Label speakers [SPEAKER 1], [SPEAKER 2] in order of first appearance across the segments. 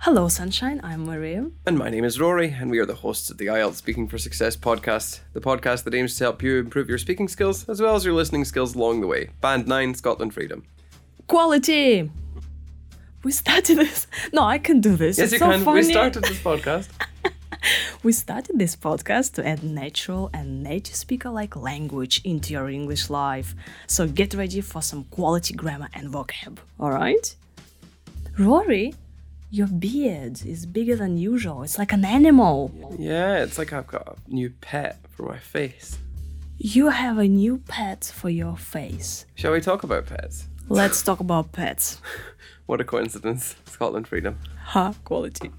[SPEAKER 1] Hello, Sunshine. I'm Maria.
[SPEAKER 2] And my name is Rory, and we are the hosts of the IELTS Speaking for Success podcast, the podcast that aims to help you improve your speaking skills as well as your listening skills along the way. Band 9, Scotland Freedom.
[SPEAKER 1] Quality! We started this. No, I can do this.
[SPEAKER 2] Yes,
[SPEAKER 1] it's
[SPEAKER 2] you
[SPEAKER 1] so
[SPEAKER 2] can.
[SPEAKER 1] Funny.
[SPEAKER 2] We started this podcast.
[SPEAKER 1] We started this podcast to add natural and native speaker like language into your English life. So get ready for some quality grammar and vocab. All right? Rory, your beard is bigger than usual. It's like an animal.
[SPEAKER 2] yeah, it's like I've got a new pet for my face.
[SPEAKER 1] You have a new pet for your face.
[SPEAKER 2] Shall we talk about pets?
[SPEAKER 1] Let's talk about pets.
[SPEAKER 2] What a coincidence. Scotland Freedom.
[SPEAKER 1] Ha, quality.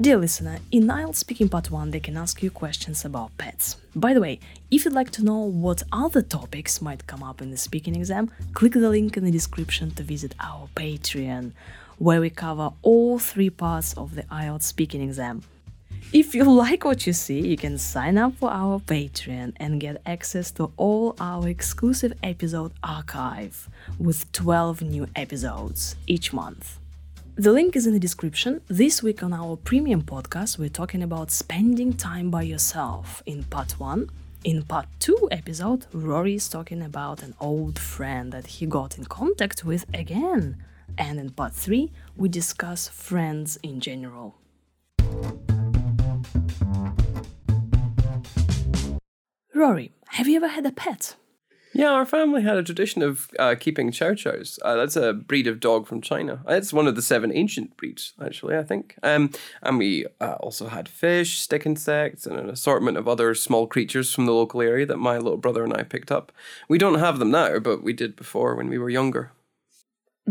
[SPEAKER 1] Dear listener, in IELTS Speaking Part 1, they can ask you questions about pets. By the way, if you'd like to know what other topics might come up in the speaking exam, click the link in the description to visit our Patreon, where we cover all three parts of the IELTS Speaking exam. If you like what you see, you can sign up for our Patreon and get access to all our exclusive episode archive with 12 new episodes each month. The link is in the description. This week on our premium podcast, we're talking about spending time by yourself in part one. In part two episode, Rory is talking about an old friend that he got in contact with again. And in part three, we discuss friends in general. Rory, have you ever had a pet?
[SPEAKER 2] Yeah, our family had a tradition of uh, keeping chow chows. Uh, that's a breed of dog from China. It's one of the seven ancient breeds, actually, I think. Um, and we uh, also had fish, stick insects, and an assortment of other small creatures from the local area that my little brother and I picked up. We don't have them now, but we did before when we were younger.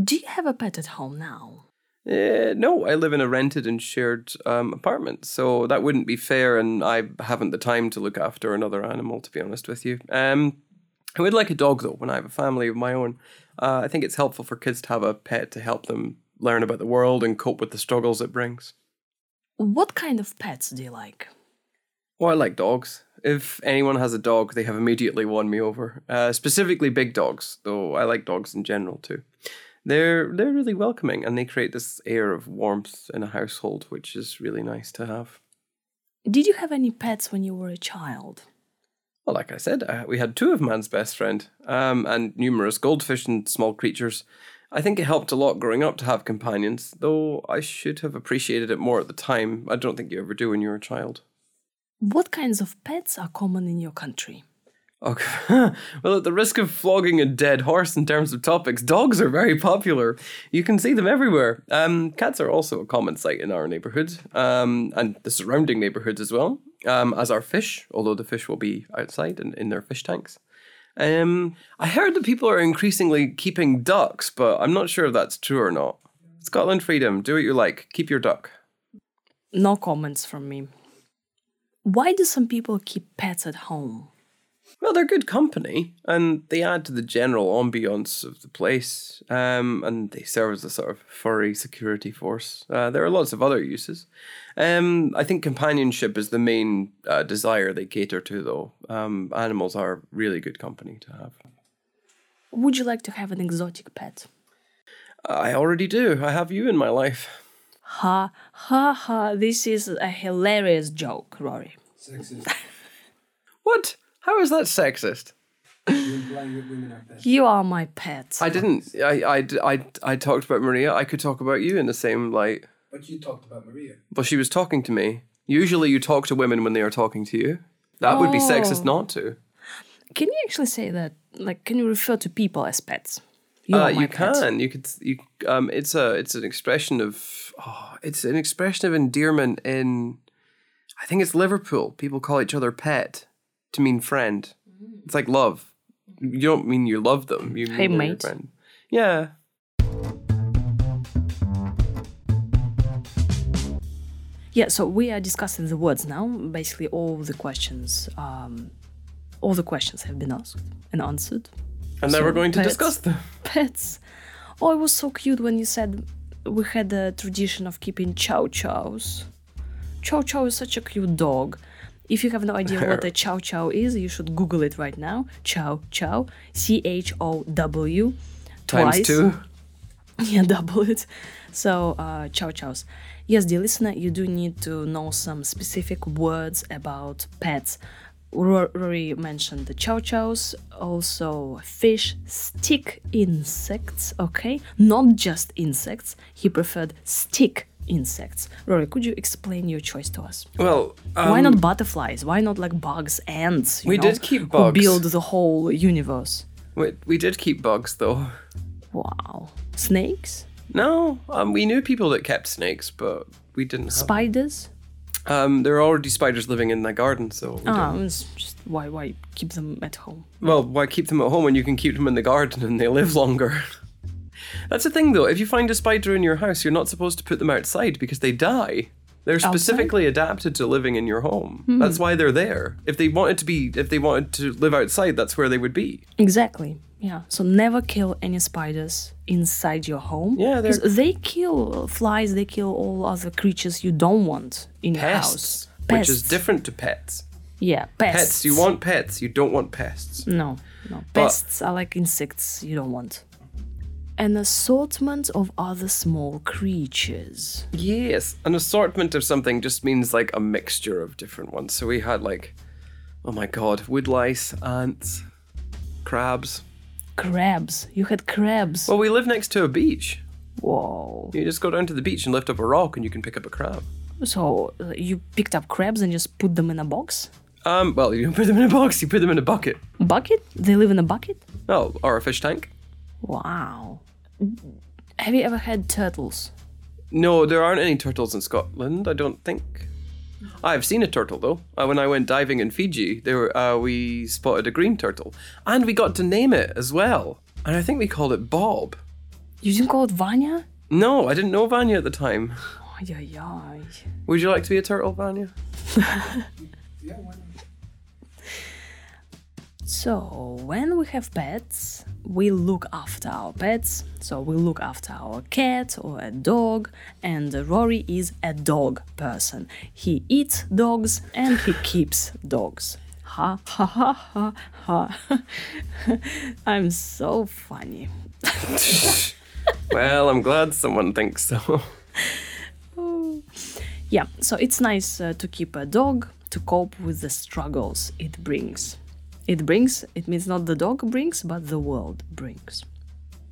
[SPEAKER 1] Do you have a pet at home now?
[SPEAKER 2] Uh, no, I live in a rented and shared um, apartment, so that wouldn't be fair, and I haven't the time to look after another animal, to be honest with you. Um, I would like a dog, though, when I have a family of my own. Uh, I think it's helpful for kids to have a pet to help them learn about the world and cope with the struggles it brings.
[SPEAKER 1] What kind of pets do you like?
[SPEAKER 2] Well, I like dogs. If anyone has a dog, they have immediately won me over. Uh, specifically, big dogs, though I like dogs in general too. They're they're really welcoming, and they create this air of warmth in a household, which is really nice to have.
[SPEAKER 1] Did you have any pets when you were a child?
[SPEAKER 2] Well, like I said, uh, we had two of man's best friend, um, and numerous goldfish and small creatures. I think it helped a lot growing up to have companions, though I should have appreciated it more at the time. I don't think you ever do when you're a child.
[SPEAKER 1] What kinds of pets are common in your country?
[SPEAKER 2] Okay. well, at the risk of flogging a dead horse in terms of topics, dogs are very popular. You can see them everywhere. Um, cats are also a common sight in our neighbourhood um, and the surrounding neighbourhoods as well, um, as are fish, although the fish will be outside and in their fish tanks. Um, I heard that people are increasingly keeping ducks, but I'm not sure if that's true or not. Scotland Freedom, do what you like, keep your duck.
[SPEAKER 1] No comments from me. Why do some people keep pets at home?
[SPEAKER 2] Well, they're good company, and they add to the general ambience of the place, um, and they serve as a sort of furry security force. Uh, there are lots of other uses. Um, I think companionship is the main uh, desire they cater to, though. Um, animals are really good company to have.
[SPEAKER 1] Would you like to have an exotic pet?
[SPEAKER 2] I already do. I have you in my life.
[SPEAKER 1] Ha ha ha, this is a hilarious joke, Rory.
[SPEAKER 2] What? How is that sexist?
[SPEAKER 1] You are my pet.
[SPEAKER 2] I didn't. I, I, I, I talked about Maria. I could talk about you in the same light.
[SPEAKER 3] But you talked about Maria.
[SPEAKER 2] Well, she was talking to me. Usually you talk to women when they are talking to you. That would be
[SPEAKER 1] Oh.
[SPEAKER 2] sexist not to.
[SPEAKER 1] Can you actually say that? Like, can you refer to people as pets? You
[SPEAKER 2] Uh,
[SPEAKER 1] are Oh my
[SPEAKER 2] you
[SPEAKER 1] pet.
[SPEAKER 2] can. You could. You. Um. It's a. It's an expression of. Oh, it's an expression of endearment in. I think it's Liverpool. People call each other pet to mean friend. It's like love. You don't mean you love them. You mean
[SPEAKER 1] Hey,
[SPEAKER 2] they're your
[SPEAKER 1] mate.
[SPEAKER 2] friend. Yeah.
[SPEAKER 1] Yeah, so we are discussing the words now. Basically, all the questions, um, all the questions have been asked and answered.
[SPEAKER 2] And now
[SPEAKER 1] So
[SPEAKER 2] we're going to
[SPEAKER 1] pets.
[SPEAKER 2] discuss them.
[SPEAKER 1] pets. Oh, it was so cute when you said we had a tradition of keeping chow chows. Chow chow is such a cute dog. If you have no idea what a chow chow is, you should Google it right now. Chow chow, C H O W,
[SPEAKER 2] Times
[SPEAKER 1] twice.
[SPEAKER 2] two.
[SPEAKER 1] Yeah, double it. So, uh, ciao ciaos. Yes, dear listener, you do need to know some specific words about pets. Ro- Rory mentioned the chow chows, also fish, stick insects, okay? Not just insects, he preferred stick insects. Rory, could you explain your choice to us?
[SPEAKER 2] Well, um,
[SPEAKER 1] Why not butterflies? Why not like bugs, ants? you
[SPEAKER 2] We
[SPEAKER 1] know,
[SPEAKER 2] did keep
[SPEAKER 1] who
[SPEAKER 2] bugs.
[SPEAKER 1] build the whole universe.
[SPEAKER 2] we, we did keep bugs though.
[SPEAKER 1] Wow. Snakes?
[SPEAKER 2] No, um, we knew people that kept snakes, but we didn't. Have,
[SPEAKER 1] Spiders?
[SPEAKER 2] um, there are already spiders living in the garden, so we
[SPEAKER 1] Ah,
[SPEAKER 2] don't-
[SPEAKER 1] it's just why why keep them at home?
[SPEAKER 2] well, why keep them at home when you can keep them in the garden and they live longer? That's the thing, though. If you find a spider in your house, you're not supposed to put them outside because they die. They're specifically adapted to living in your home.
[SPEAKER 1] Hmm.
[SPEAKER 2] That's why they're there. If they wanted to be, if they wanted to live outside, that's where they would be.
[SPEAKER 1] Exactly. Yeah. So never kill any spiders inside your home.
[SPEAKER 2] Yeah, they're-
[SPEAKER 1] 'Cause they kill flies. They kill all other creatures you don't want in your house.
[SPEAKER 2] Pests, which is different to pets.
[SPEAKER 1] Yeah, pests.
[SPEAKER 2] Pets, you want pets, you don't want pests.
[SPEAKER 1] No, no. Pests are like insects you don't want. An assortment of other small creatures.
[SPEAKER 2] Yes, an assortment of something just means like a mixture of different ones. So we had like, oh my god, woodlice, ants, crabs.
[SPEAKER 1] Crabs. You had crabs.
[SPEAKER 2] Well, we live next to a beach.
[SPEAKER 1] Whoa.
[SPEAKER 2] You just go down to the beach and lift up a rock and you can pick up a crab.
[SPEAKER 1] So uh, you picked up crabs and just put them in a box?
[SPEAKER 2] Um, well, you put them in a box, you put them in a bucket.
[SPEAKER 1] Bucket? They live in a bucket?
[SPEAKER 2] Oh, or a fish tank.
[SPEAKER 1] Wow. Have you ever had turtles?
[SPEAKER 2] No, there aren't any turtles in Scotland, I don't think. I've seen a turtle though. Uh, when I went diving in Fiji, there uh, we spotted a green turtle, and we got to name it as well. And I think we called it Bob.
[SPEAKER 1] You didn't call it Vanya?
[SPEAKER 2] No, I didn't know Vanya at the time.
[SPEAKER 1] Ay, ay, ay.
[SPEAKER 2] Would you like to be a turtle, Vanya?
[SPEAKER 1] So, when we have pets, we look after our pets. So, we look after our cat or a dog, and Rory is a dog person. He eats dogs and he keeps dogs. Ha ha ha ha ha. I'm so funny.
[SPEAKER 2] well, I'm glad someone thinks so.
[SPEAKER 1] Yeah, so it's nice uh, to keep a dog to cope with the struggles it brings. It brings, it means not the dog brings, but the world brings.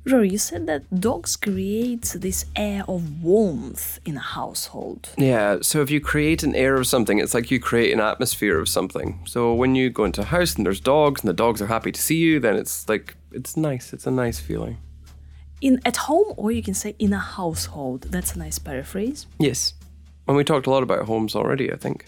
[SPEAKER 1] Rory, you said that dogs create this air of warmth in a household.
[SPEAKER 2] Yeah, so if you create an air of something, it's like you create an atmosphere of something. So when you go into a house and there's dogs and the dogs are happy to see you, then it's like, it's nice. It's a nice feeling.
[SPEAKER 1] In at home, or you can say in a household. That's a nice paraphrase.
[SPEAKER 2] Yes. And we talked a lot about homes already, I think.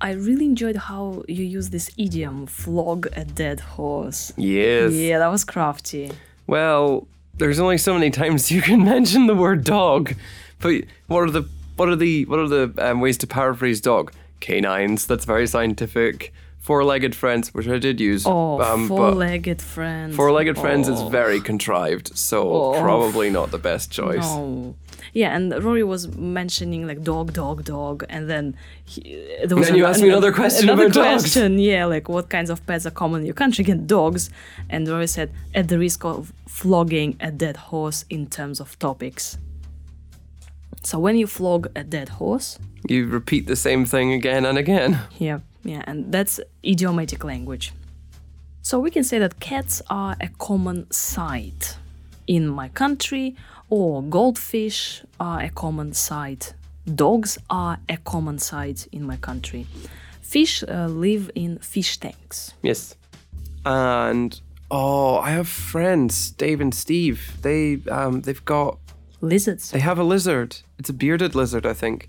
[SPEAKER 1] I really enjoyed how you use this idiom, flog a dead horse.
[SPEAKER 2] Yes.
[SPEAKER 1] Yeah, that was crafty.
[SPEAKER 2] Well, there's only so many times you can mention the word dog, but what are the what are the what are the um, ways to paraphrase dog? Canines. That's very scientific. Four-legged friends, which I did use. um,
[SPEAKER 1] Oh,
[SPEAKER 2] but
[SPEAKER 1] four-legged friends.
[SPEAKER 2] four-legged friends is
[SPEAKER 1] Oh.
[SPEAKER 2] very contrived, so
[SPEAKER 1] Oh.
[SPEAKER 2] probably not the best choice.
[SPEAKER 1] No. Yeah, and Rory was mentioning like dog, dog, dog, and then he, there was
[SPEAKER 2] Then you
[SPEAKER 1] an-
[SPEAKER 2] asked me another question
[SPEAKER 1] another
[SPEAKER 2] about dogs.
[SPEAKER 1] question, Yeah, like what kinds of pets are common in your country? Again, dogs, and Rory said at the risk of flogging a dead horse in terms of topics. So when you flog a dead horse,
[SPEAKER 2] You repeat the same thing again and again.
[SPEAKER 1] yeah, yeah, and that's idiomatic language. So we can say that cats are a common sight in my country, or goldfish are a common sight. Dogs are a common sight in my country. Fish uh, live in fish tanks.
[SPEAKER 2] Yes. And oh, I have friends, Dave and Steve. They um they've got
[SPEAKER 1] Lizards.
[SPEAKER 2] They have a lizard. It's a bearded lizard, I think.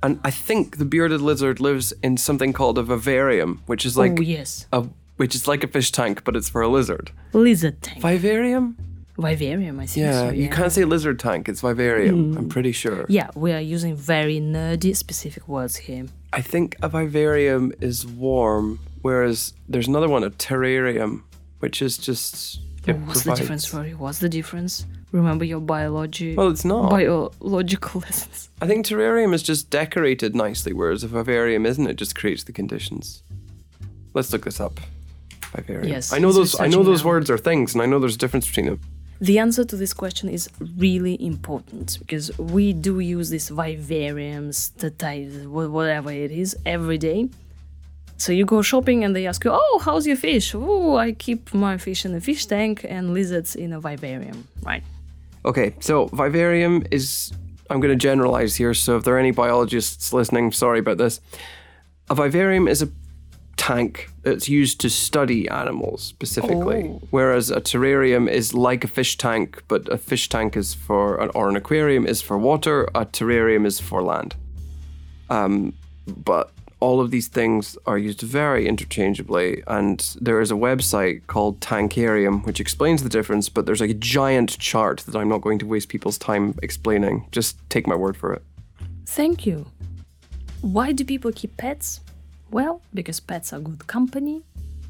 [SPEAKER 2] And I think the bearded lizard lives in something called a vivarium, which is like
[SPEAKER 1] oh yes,
[SPEAKER 2] a which is like a fish tank, but it's for a lizard.
[SPEAKER 1] lizard tank.
[SPEAKER 2] Vivarium?
[SPEAKER 1] Vivarium, I think.
[SPEAKER 2] Yeah,
[SPEAKER 1] so,
[SPEAKER 2] you can't say lizard tank. It's vivarium. I'm pretty sure.
[SPEAKER 1] Mm. Yeah, we are using very nerdy specific words here.
[SPEAKER 2] I think a vivarium is warm, whereas there's another one, a terrarium, which is just. It
[SPEAKER 1] What's the
[SPEAKER 2] provides-
[SPEAKER 1] difference, Rory? What's the difference? Remember your biology.
[SPEAKER 2] Well, it's not.
[SPEAKER 1] biological lessons.
[SPEAKER 2] I think terrarium is just decorated nicely, whereas a vivarium isn't. It just creates the conditions. Let's look this up. Vivarium.
[SPEAKER 1] Yes,
[SPEAKER 2] I know
[SPEAKER 1] he's
[SPEAKER 2] those. I know
[SPEAKER 1] researching
[SPEAKER 2] those
[SPEAKER 1] now.
[SPEAKER 2] words are things, and I know there's a difference between them.
[SPEAKER 1] The answer to this question is really important because we do use this vivarium, statite, wha- whatever it is, every day. So you go shopping and they ask you, "Oh, how's your fish?" "Oh, I keep my fish in a fish tank and lizards in a vivarium." Right.
[SPEAKER 2] Okay, so vivarium is. I'm going to generalize here, so if there are any biologists listening, sorry about this. A vivarium is a tank that's used to study animals specifically,
[SPEAKER 1] Oh.
[SPEAKER 2] whereas a terrarium is like a fish tank, but a fish tank is for, or an aquarium is for water, a terrarium is for land. Um, but all of these things are used very interchangeably, and there is a website called Tankarium which explains the difference, but there's a giant chart that I'm not going to waste people's time explaining. Just take my word for it.
[SPEAKER 1] Thank you. Why do people keep pets? Well, because pets are good company.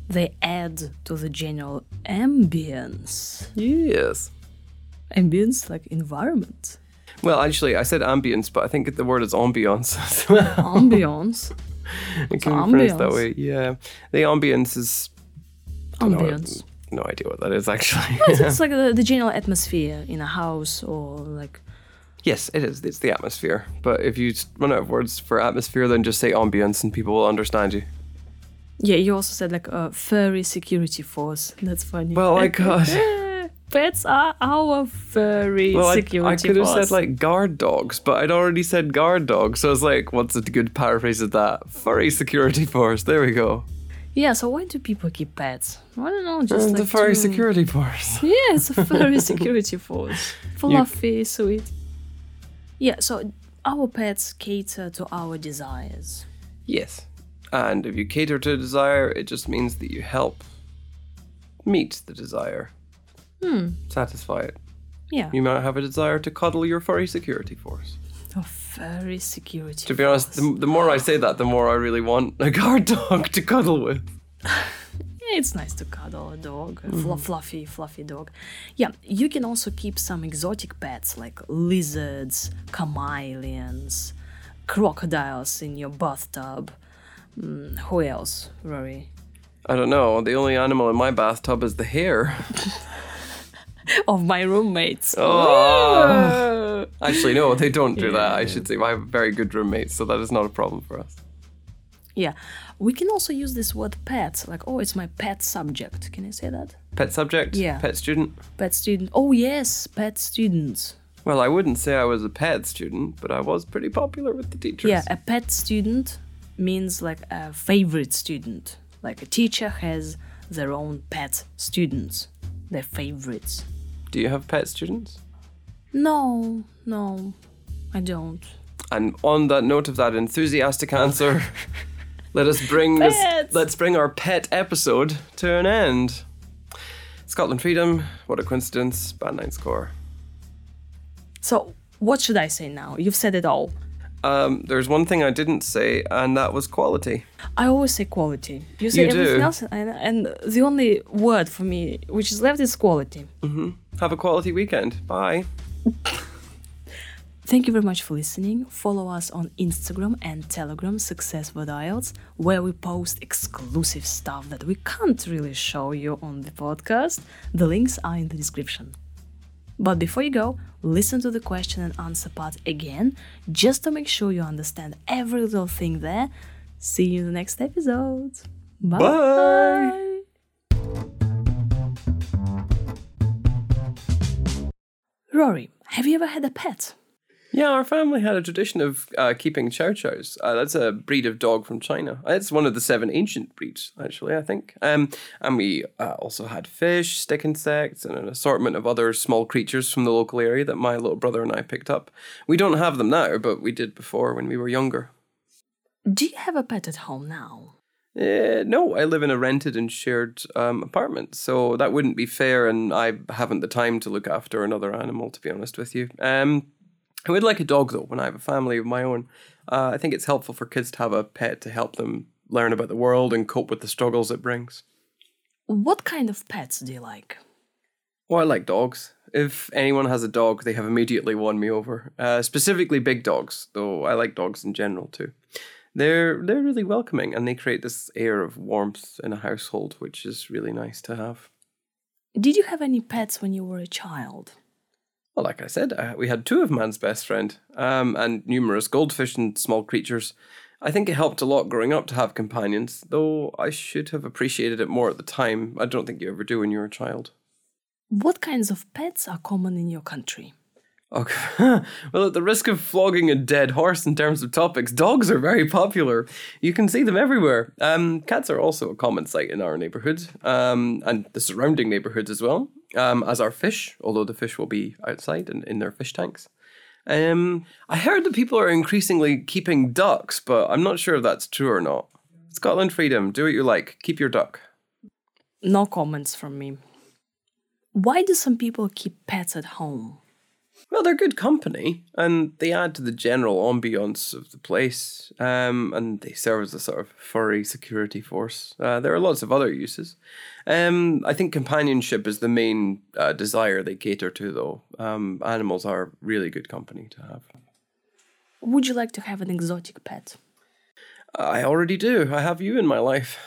[SPEAKER 1] They add to the general ambience.
[SPEAKER 2] Yes.
[SPEAKER 1] Ambience like environment.
[SPEAKER 2] Well, actually, I said ambience, but I think the word is ambience as well.
[SPEAKER 1] Ambience.
[SPEAKER 2] It can be pronounced that
[SPEAKER 1] ambience.
[SPEAKER 2] way. Yeah. The ambience is. no,
[SPEAKER 1] Ambience.
[SPEAKER 2] No idea what that is, actually.
[SPEAKER 1] It's, it's like the, the general atmosphere in a house or like
[SPEAKER 2] yes, it is. It's the atmosphere. But if you s- run out of words for atmosphere, then just say ambience and people will understand you.
[SPEAKER 1] yeah, you also said like a furry security force. That's funny.
[SPEAKER 2] Well, my God.
[SPEAKER 1] Pets are our furry
[SPEAKER 2] Well, I-
[SPEAKER 1] security
[SPEAKER 2] I, could have
[SPEAKER 1] force.
[SPEAKER 2] said like guard dogs, but I'd already said guard dogs. So I was like, what's a good paraphrase of that? Furry security force. There we go.
[SPEAKER 1] yeah. So why do people keep pets? I don't know. Just
[SPEAKER 2] And
[SPEAKER 1] like
[SPEAKER 2] the furry
[SPEAKER 1] to-
[SPEAKER 2] security force.
[SPEAKER 1] Yeah, it's a furry security force. Fluffy, sweet. Yeah, so our pets cater to our desires.
[SPEAKER 2] Yes. And if you cater to desire, it just means that you help meet the desire. Hmm. Satisfy it.
[SPEAKER 1] Yeah.
[SPEAKER 2] You might have a desire to cuddle your furry security force.
[SPEAKER 1] A furry security
[SPEAKER 2] To be honest, the, the more I say that, the more I really want a guard dog to cuddle with.
[SPEAKER 1] Yeah, it's nice to cuddle a dog, a fl- fluffy, fluffy dog. Yeah, you can also keep some exotic pets like lizards, chameleons, crocodiles in your bathtub. Mm, who else, Rory?
[SPEAKER 2] I don't know. The only animal in my bathtub is the hare.
[SPEAKER 1] Of my roommates.
[SPEAKER 2] Oh. Actually, no, they don't do that. I should say I have very good roommates, so that is not a problem for us.
[SPEAKER 1] Yeah, we can also use this word pet, like, oh, it's my pet subject. Can I say that?
[SPEAKER 2] Pet subject?
[SPEAKER 1] Yeah.
[SPEAKER 2] Pet student?
[SPEAKER 1] Pet student. Oh, yes, pet students.
[SPEAKER 2] Well, I wouldn't say I was a pet student, but I was pretty popular with the teachers.
[SPEAKER 1] Yeah, a pet student means like a favorite student. Like a teacher has their own pet students, their favorites.
[SPEAKER 2] Do you have pet students?
[SPEAKER 1] No, no, I don't.
[SPEAKER 2] And on that note of that enthusiastic answer, let us bring this,
[SPEAKER 1] Pets!
[SPEAKER 2] let's bring our pet episode to an end. Scotland Freedom, what a coincidence, band nine score.
[SPEAKER 1] So, what should I say now? You've said it all.
[SPEAKER 2] Um, there's one thing I didn't say, and that was quality.
[SPEAKER 1] I always say quality. You say
[SPEAKER 2] You do.
[SPEAKER 1] everything else, and, and the only word for me which is left is quality.
[SPEAKER 2] Have a quality weekend. Bye.
[SPEAKER 1] Thank you very much for listening. Follow us on Instagram and Telegram, Success with IELTS, where we post exclusive stuff that we can't really show you on the podcast. The links are in the description. But before you go, listen to the question and answer part again, just to make sure you understand every little thing there. See you in the next episode. Bye.
[SPEAKER 2] Bye.
[SPEAKER 1] Rory, have you ever had a pet?
[SPEAKER 2] Yeah, our family had a tradition of uh, keeping chow chows. Uh, that's a breed of dog from China. It's one of the seven ancient breeds, actually, I think. Um, and we uh, also had fish, stick insects, and an assortment of other small creatures from the local area that my little brother and I picked up. We don't have them now, but we did before when we were younger.
[SPEAKER 1] Do you have a pet at home now?
[SPEAKER 2] Uh, no, I live in a rented and shared um, apartment, so that wouldn't be fair, and I haven't the time to look after another animal, to be honest with you. Um, I would like a dog, though, when I have a family of my own. Uh, I think it's helpful for kids to have a pet to help them learn about the world and cope with the struggles it brings.
[SPEAKER 1] What kind of pets do you like?
[SPEAKER 2] Well, I like dogs. If anyone has a dog, they have immediately won me over. Uh, specifically, big dogs, though I like dogs in general too. They're they're really welcoming, and they create this air of warmth in a household, which is really nice to have.
[SPEAKER 1] Did you have any pets when you were a child?
[SPEAKER 2] Well, like I said, uh, we had two of man's best friend, um, and numerous goldfish and small creatures. I think it helped a lot growing up to have companions, though I should have appreciated it more at the time. I don't think you ever do when you're a child.
[SPEAKER 1] What kinds of pets are common in your country?
[SPEAKER 2] Okay. well, at the risk of flogging a dead horse in terms of topics, dogs are very popular. You can see them everywhere. Um, cats are also a common sight in our neighborhood um, and the surrounding neighborhoods as well, um, as are fish, although the fish will be outside and in their fish tanks. Um, I heard that people are increasingly keeping ducks, but I'm not sure if that's true or not. Scotland Freedom, do what you like, keep your duck.
[SPEAKER 1] No comments from me. Why do some people keep pets at home?
[SPEAKER 2] Well, they're good company, and they add to the general ambience of the place, um, and they serve as a sort of furry security force. Uh, there are lots of other uses. Um, I think companionship is the main uh, desire they cater to, though. Um, animals are really good company to have.
[SPEAKER 1] Would you like to have an exotic pet?
[SPEAKER 2] I already do. I have you in my life.